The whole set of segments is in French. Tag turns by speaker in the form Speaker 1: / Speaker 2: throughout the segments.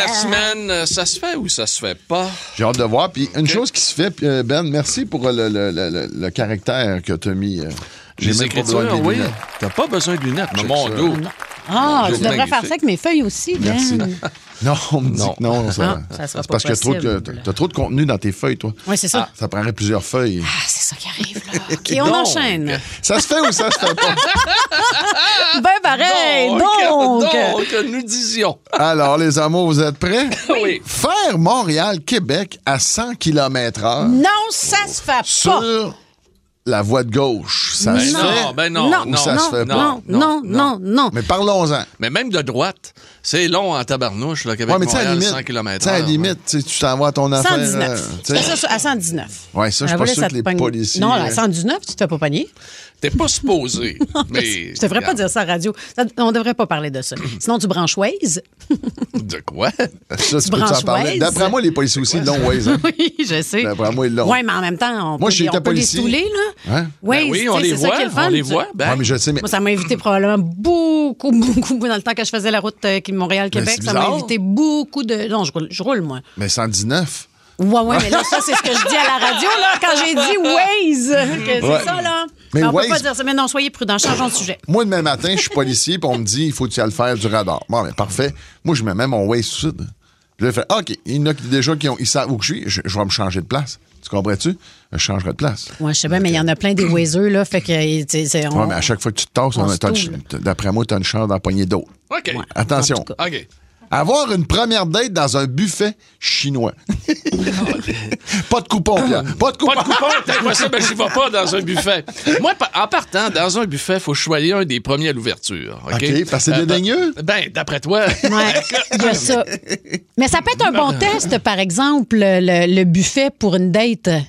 Speaker 1: Oh, euh, ça se fait ou ça se fait pas?
Speaker 2: J'ai hâte de voir. Puis une chose qui se fait, puis, euh, Ben, merci pour le, le- le- le- le caractère que t'as mis. euh, J'ai
Speaker 1: Les
Speaker 2: même pas besoin de
Speaker 1: écritures,
Speaker 2: mes
Speaker 1: oui.
Speaker 2: lunettes.
Speaker 1: T'as pas besoin de lunettes, mais
Speaker 2: Check
Speaker 1: mon
Speaker 2: ça.
Speaker 1: dos.
Speaker 3: Ah,
Speaker 1: Bonjour,
Speaker 3: je devrais
Speaker 1: magnifique.
Speaker 3: faire ça avec mes feuilles aussi, Ben.
Speaker 2: Merci. Non, on me dit
Speaker 1: Non.
Speaker 2: que non. Ça,
Speaker 4: Non, ça sera
Speaker 2: c'est
Speaker 4: pas
Speaker 2: parce que trop de-
Speaker 4: possible.
Speaker 2: t'as trop de contenu dans tes feuilles, toi. Ah,
Speaker 3: Oui, c'est ça.
Speaker 2: Ça prendrait plusieurs feuilles.
Speaker 3: Ah, c'est ça qui arrive, là. OK, on
Speaker 1: Donc. euh,
Speaker 3: enchaîne.
Speaker 2: Ça se fait ou ça se fait pas?
Speaker 3: Ben pareil, donc.
Speaker 1: donc, nous disions.
Speaker 2: Alors, les amours, vous êtes prêts?
Speaker 1: Oui.
Speaker 2: Faire Montréal-Québec à 100 km/h
Speaker 3: Non, ça se fait pas.
Speaker 2: sur la voie de gauche, ça
Speaker 1: Ben
Speaker 2: se
Speaker 1: non,
Speaker 2: fait.
Speaker 1: ben non,
Speaker 3: non,
Speaker 2: ou ça
Speaker 3: non,
Speaker 2: se fait
Speaker 3: non,
Speaker 1: pas?
Speaker 3: non,
Speaker 1: Non,
Speaker 3: non, non.
Speaker 2: Mais parlons-en.
Speaker 1: Mais même de droite, c'est long en tabarnouche, le Québec.
Speaker 2: Ouais, mais tu sais, à la
Speaker 1: Montréal,
Speaker 2: limite,
Speaker 1: 100 km.
Speaker 2: tu sais, à la
Speaker 1: hein.
Speaker 2: limite, tu sais, tu t'en vas à ton affaire.
Speaker 3: 119.
Speaker 2: euh, tu sais.
Speaker 3: C'est ça, à 119.
Speaker 2: Ouais,
Speaker 4: Ah,
Speaker 2: ça, je suis pas
Speaker 4: voilà,
Speaker 2: sûr
Speaker 4: ça
Speaker 2: que
Speaker 4: te
Speaker 2: les
Speaker 4: pogne.
Speaker 2: policiers.
Speaker 3: non,
Speaker 2: euh,
Speaker 3: à 119, tu te fais pas pogner.
Speaker 1: T'es pas supposé. mais.
Speaker 3: Je devrais pas dire ça à la radio. Ça- on devrait pas parler de ça. Sinon, tu branches Waze.
Speaker 1: De quoi? Ben
Speaker 2: ça, tu peux
Speaker 3: branches
Speaker 2: en parler.
Speaker 3: Waze.
Speaker 2: D'après moi, les policiers aussi l'ont Waze. hein.
Speaker 3: oui, je sais.
Speaker 2: D'après moi, ils l'ont.
Speaker 3: Oui, mais en même temps, on
Speaker 2: Moi,
Speaker 3: peut,
Speaker 2: j'ai
Speaker 3: les-
Speaker 2: été
Speaker 3: on peut les
Speaker 2: policier.
Speaker 3: saouler, là.
Speaker 2: Hein?
Speaker 3: Waze,
Speaker 1: Ben
Speaker 3: tu
Speaker 1: oui,
Speaker 3: sais,
Speaker 1: on les
Speaker 3: c'est ça
Speaker 1: voit.
Speaker 3: qui est le fun,
Speaker 1: on les
Speaker 3: tu-
Speaker 1: voit. Ben,
Speaker 2: Ouais, mais je sais, mais.
Speaker 3: Moi, ça m'a évité probablement beaucoup, beaucoup, beaucoup dans le temps que je faisais la route euh, qui- Montréal-Québec.
Speaker 2: Mais Ben, c'est
Speaker 3: Ça m'a
Speaker 2: bizarre.
Speaker 3: évité beaucoup de. Non, je roule, je roule, moi.
Speaker 2: Mais 119.
Speaker 3: Ouais, ouais, mais là, ça, c'est ce que je dis à la radio, là, quand j'ai dit Waze. que
Speaker 2: Ouais.
Speaker 3: C'est ça, là.
Speaker 2: Mais
Speaker 3: Mais on
Speaker 2: Waze-
Speaker 3: peut pas dire ça. Mais non, soyez prudents. Changeons de sujet.
Speaker 2: Moi, demain matin, je suis policier, puis on me dit, il faut que tu ailles le faire du radar. Bon, ben, parfait. Moi, je me mets mon Waze sud. Puis là, je fais, OK, il y en a qui, déjà qui ont, ils savent où que je suis, je, je vais me changer de place. Tu comprends-tu? Je changerai de place.
Speaker 3: Ouais, je sais bien, mais il y en a plein des Waiseux, là. Fait que. euh, tu sais, c'est-
Speaker 2: Ouais,
Speaker 3: on-
Speaker 2: mais à chaque fois que tu te tasses, on
Speaker 3: on
Speaker 2: a-
Speaker 3: se
Speaker 2: t'as une
Speaker 3: tourne.
Speaker 2: ch- t'as- d'après moi, tu as une chance d'en pogner d'autres.
Speaker 1: OK.
Speaker 2: Attention.
Speaker 3: en tout
Speaker 1: OK.
Speaker 2: Avoir une première date dans un buffet chinois. pas de coupon, Pierre.
Speaker 3: Ah,
Speaker 2: Pas de coupon.
Speaker 1: Pas de coupon, c'est impossible, ben, j'y vais pas dans un buffet. Moi, pa- en partant, dans un buffet, faut choisir un des premiers à l'ouverture. OK,
Speaker 2: OK, parce que c'est
Speaker 1: Euh,
Speaker 2: dédaigneux.
Speaker 1: Ben, d'après toi.
Speaker 3: Ouais, il y a ça. Mais ça peut être un bon test, par exemple, le, le buffet pour une date.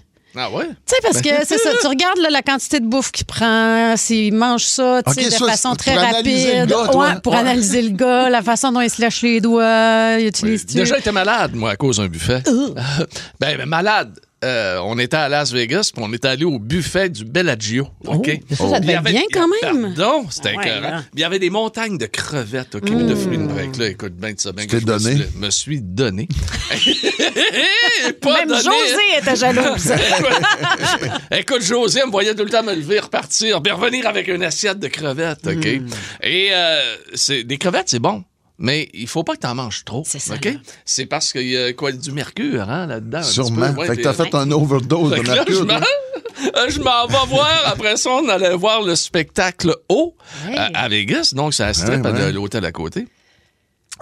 Speaker 1: Ah ouais?
Speaker 3: Tu sais, parce que c'est ça, tu regardes là, la quantité de bouffe qu'il prend, s'il mange ça, tu sais,
Speaker 2: Ok,
Speaker 3: de
Speaker 2: ça,
Speaker 3: façon
Speaker 2: c'est
Speaker 3: très
Speaker 2: pour analyser le
Speaker 3: rapide.
Speaker 2: gars, toi.
Speaker 3: Ouais, pour
Speaker 2: Ouais.
Speaker 3: analyser le gars, la façon dont il se lâche les Oh. doigts, il utilise tu
Speaker 1: Déjà, j'étais malade, moi, à cause d'un buffet. ben, ben, malade. Euh, on était à Las Vegas, puis on était allé au buffet du Bellagio. OK?
Speaker 3: Oh. ça, ça devait
Speaker 1: Il y
Speaker 3: être bien quand même.
Speaker 1: Pardon, c'était
Speaker 3: Ah ouais, Mmh.
Speaker 1: écœurant.
Speaker 3: là.
Speaker 1: Il y avait des montagnes de crevettes, OK, puis de fruits de break. Là, écoute, ben, tu sais bien
Speaker 2: Tu
Speaker 1: que
Speaker 2: t'es
Speaker 1: je me suis-
Speaker 2: donné?
Speaker 1: me suis donné. Pas
Speaker 3: Même
Speaker 1: donné, hein.
Speaker 3: José était jalouse.
Speaker 1: Écoute- Écoute, José me voyait tout le temps me lever, repartir, puis revenir avec une assiette de crevettes, OK?
Speaker 2: Mm.
Speaker 1: Et euh, c'est- des crevettes, c'est bon. Mais il faut pas que tu en manges trop.
Speaker 3: C'est ça,
Speaker 1: OK?
Speaker 3: là.
Speaker 1: C'est parce qu'il y a quoi, du mercure hein, là-dedans. un petit
Speaker 2: Sûrement.
Speaker 1: peu. Ouais,
Speaker 2: fait que
Speaker 1: t'es-
Speaker 2: t'as fait un overdose
Speaker 1: Fait
Speaker 2: de
Speaker 1: que là, je
Speaker 2: mercure. toi.
Speaker 1: m'en- Euh, je m'en vais voir. Après ça, on allait voir le spectacle haut à, à Vegas. Donc, c'est à la strip
Speaker 2: Ouais, ouais.
Speaker 1: à l'hôtel à côté.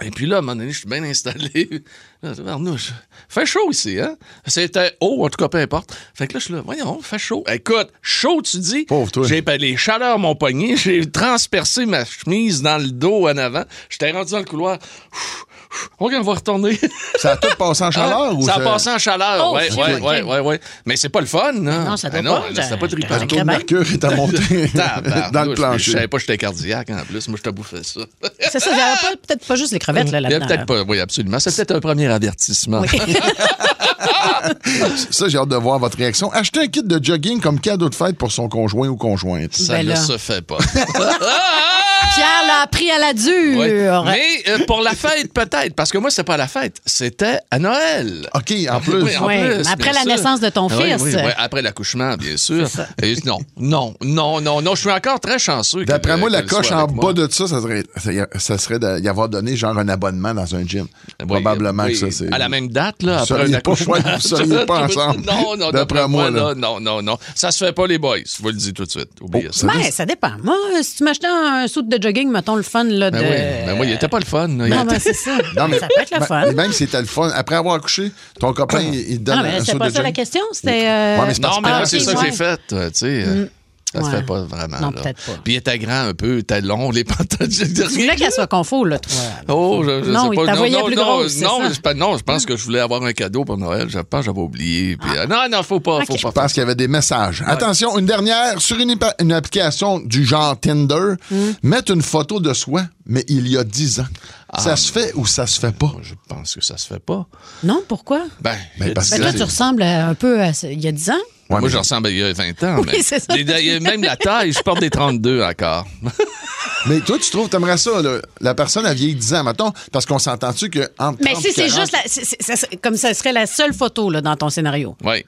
Speaker 1: Et puis là, à un moment donné, je suis bien installé. Là, tabarnouche, Fait chaud ici, hein? C'était haut, en tout cas, peu importe. Fait que là, je suis là, voyons, fait chaud. Écoute, chaud, tu dis.
Speaker 2: Pauvre toi.
Speaker 1: J'ai, ben, les chaleurs m'ont pogné. J'ai transpercé ma chemise dans le dos en avant. J'étais rendu dans le couloir. Ouf, ouf, OK, on va retourner.
Speaker 2: Ça a tout passé en chaleur ou
Speaker 1: Hein? Ça a passé en chaleur,
Speaker 3: Oh,
Speaker 1: oui,
Speaker 3: shit,
Speaker 1: oui,
Speaker 3: ok.
Speaker 1: oui, oui, Mais c'est pas le fun, non?
Speaker 3: non, ça doit
Speaker 1: Ah non,
Speaker 3: pas,
Speaker 1: là, c'était pas
Speaker 3: je-
Speaker 1: trippant.
Speaker 3: je-
Speaker 2: Le taux de mercure est à monter
Speaker 1: Tabarnouche,
Speaker 2: dans
Speaker 1: Je
Speaker 2: le
Speaker 1: savais
Speaker 2: plancher.
Speaker 1: pas que j'étais cardiaque en plus. Moi, je te bouffais ça.
Speaker 3: C'est ça, il y avait pas- peut-être pas juste les crevettes là,
Speaker 1: Il y a
Speaker 3: là-dedans.
Speaker 1: peut-être
Speaker 3: là.
Speaker 1: pas, oui, absolument. C'est peut-être un premier avertissement.
Speaker 2: Ça, j'ai hâte de voir votre réaction. Acheter un kit de jogging comme cadeau de fête pour son conjoint ou conjointe.
Speaker 1: Ça
Speaker 3: Ben
Speaker 1: ne
Speaker 3: là.
Speaker 1: se fait pas.
Speaker 3: Pierre l'a appris à la dure.
Speaker 1: Ouais. Mais euh, pour la fête, peut-être. Parce que moi, c'est pas à la fête. C'était à Noël.
Speaker 2: OK, en plus.
Speaker 1: Oui, en
Speaker 3: Ouais,
Speaker 1: plus,
Speaker 3: mais après
Speaker 1: bien
Speaker 3: la
Speaker 1: sûr.
Speaker 3: naissance de ton
Speaker 1: Ah oui,
Speaker 3: fils.
Speaker 1: oui, oui, après l'accouchement, bien sûr. Et non, non, non, non, non, je suis encore très chanceux. que-
Speaker 2: D'après moi, la
Speaker 1: qu'elle soit
Speaker 2: coche en
Speaker 1: avec moi.
Speaker 2: bas de ça, ça serait, ça- ça serait de- y avoir donné genre un abonnement dans un gym. Probablement
Speaker 1: Oui,
Speaker 2: que ça,
Speaker 1: oui,
Speaker 2: c'est.
Speaker 1: À la même date, là,
Speaker 2: Vous
Speaker 1: après un
Speaker 2: seriez pas-
Speaker 1: accouchement.
Speaker 2: ouais, vous seriez pas ensemble.
Speaker 1: Non, non,
Speaker 2: D'après
Speaker 1: d'après moi,
Speaker 2: moi, là.
Speaker 1: là, non, non, non. Ça se fait pas, les boys. Je vous le dis tout de suite. Oubliez
Speaker 2: Oh,
Speaker 1: ça.
Speaker 3: Ben, ça dépend. Moi, si tu m'achetais un saut de jogging, mettons le fun là,
Speaker 1: Ben
Speaker 3: de.
Speaker 1: oui, ben oui, il était pas le fun. là. Il
Speaker 3: Non,
Speaker 1: était-
Speaker 3: ben, c'est ça.
Speaker 2: Non, mais-
Speaker 3: ça peut être le
Speaker 2: ben,
Speaker 3: fun.
Speaker 2: mais Même si c'était le fun, après avoir accouché, ton copain, il, il te donne
Speaker 3: non,
Speaker 2: un
Speaker 3: Ah, mais
Speaker 2: saut
Speaker 3: c'est pas
Speaker 2: de
Speaker 3: ça la
Speaker 2: jogging.
Speaker 3: question. C'était. euh,
Speaker 2: Ouais, mais c'est
Speaker 1: Non, mais
Speaker 2: Ah,
Speaker 1: moi,
Speaker 2: ok,
Speaker 1: c'est ça que
Speaker 3: ouais.
Speaker 1: j'ai fait, euh, tu sais. euh, Ça se
Speaker 3: ouais.
Speaker 1: fait pas vraiment.
Speaker 3: Non,
Speaker 1: là.
Speaker 3: peut-être pas.
Speaker 1: Puis il était grand un peu, il était long, les pantalons.
Speaker 3: Tu voulais qu'elle soit confo, là, toi.
Speaker 1: Oh, je, je
Speaker 3: Non,
Speaker 1: sais
Speaker 3: il
Speaker 1: pas.
Speaker 3: t'a envoyé
Speaker 1: non,
Speaker 3: plus
Speaker 1: non,
Speaker 3: grosse, c'est
Speaker 1: non,
Speaker 3: ça?
Speaker 1: je, pe- non, je pense que je voulais avoir un cadeau pour Noël. Je pense que j'avais oublié. Puis,
Speaker 3: Ah.
Speaker 1: euh, non, non, faut pas, faut
Speaker 2: Je
Speaker 1: pas.
Speaker 2: pense qu'il y avait des messages. Attention, une dernière. Sur une, épa- une application du genre Tinder, mettre une photo de soi, mais il y a 10 ans. ça se fait ou ça se fait pas?
Speaker 1: Je pense que ça se fait pas.
Speaker 3: Non, pourquoi?
Speaker 1: Ben,
Speaker 2: Ben,
Speaker 1: il y a
Speaker 2: parce
Speaker 1: dix
Speaker 3: Ben
Speaker 2: que-
Speaker 1: ans,
Speaker 3: toi, tu ressembles à- un peu à. ce- Il y a 10 ans?
Speaker 1: moi,
Speaker 2: Ouais, mais-
Speaker 1: je ressemble à il y a 20 ans.
Speaker 3: Oui,
Speaker 1: mais
Speaker 3: c'est ça.
Speaker 1: les- les- même la taille, je porte des 32 encore.
Speaker 2: Mais toi, tu trouves, t'aimerais ça, là, la personne a vieilli 10 ans, mettons, parce qu'on s'entend-tu que entre
Speaker 3: Mais
Speaker 2: 30
Speaker 3: si c'est
Speaker 2: 40
Speaker 3: juste la- c'est- c'est- ça- c'est- comme ça serait la seule photo là, dans ton scénario.
Speaker 1: Oui.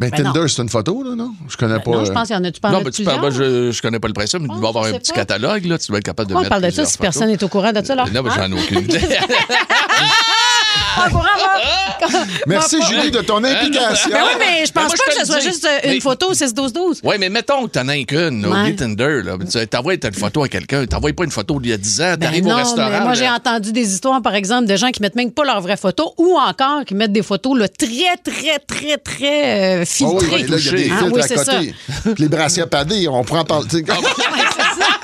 Speaker 2: Ben,
Speaker 3: Ben non. Ben
Speaker 2: Tinder, c'est une photo, là, non? Je connais pas.
Speaker 3: non, je
Speaker 2: euh,
Speaker 3: pense qu'il y en a. Tu parles
Speaker 1: Non,
Speaker 3: de
Speaker 1: mais tu
Speaker 3: plusieurs?
Speaker 1: parles, moi, je, je connais pas le principe, mais tu
Speaker 3: Oh,
Speaker 1: dois avoir
Speaker 3: je
Speaker 1: un
Speaker 3: sais
Speaker 1: petit
Speaker 3: pas.
Speaker 1: catalogue, là, tu dois être capable de
Speaker 3: Pourquoi on
Speaker 1: mettre
Speaker 3: parle de ça hein?
Speaker 1: plusieurs
Speaker 3: si personne n'est au courant de ça? Là?
Speaker 1: Non, mais j'en ai aucune idée.
Speaker 3: Pas Ah, au courant, moi.
Speaker 2: Merci, Julie, de ton implication.
Speaker 3: Ben oui, mais je
Speaker 1: Ben
Speaker 3: pense
Speaker 1: moi, je
Speaker 3: pas que
Speaker 1: te
Speaker 3: ce
Speaker 1: le
Speaker 3: soit
Speaker 1: dis.
Speaker 3: juste euh, une
Speaker 1: Mais-
Speaker 3: photo 6-12-12.
Speaker 1: Oui, mais mettons que t'en as qu'une, là,
Speaker 3: Ouais.
Speaker 1: oublie Tinder. Là. Tu t'envoies une photo à quelqu'un, t'envoies pas une photo d'il y a 10 ans,
Speaker 3: Ben
Speaker 1: t'arrives
Speaker 3: non,
Speaker 1: au restaurant.
Speaker 3: mais moi, j'ai
Speaker 1: là.
Speaker 3: entendu des histoires, par exemple, de gens qui mettent même pas leurs vraies photos ou encore qui mettent des photos là, très, très, très, très euh,
Speaker 2: Ah oui,
Speaker 3: filtrées.
Speaker 2: là, il y a des
Speaker 1: touché.
Speaker 2: filtres
Speaker 3: Ah oui,
Speaker 2: à
Speaker 3: c'est
Speaker 2: côté. Puis Les brassières padées, on prend par. tu sais,
Speaker 3: Ouais, c'est ça.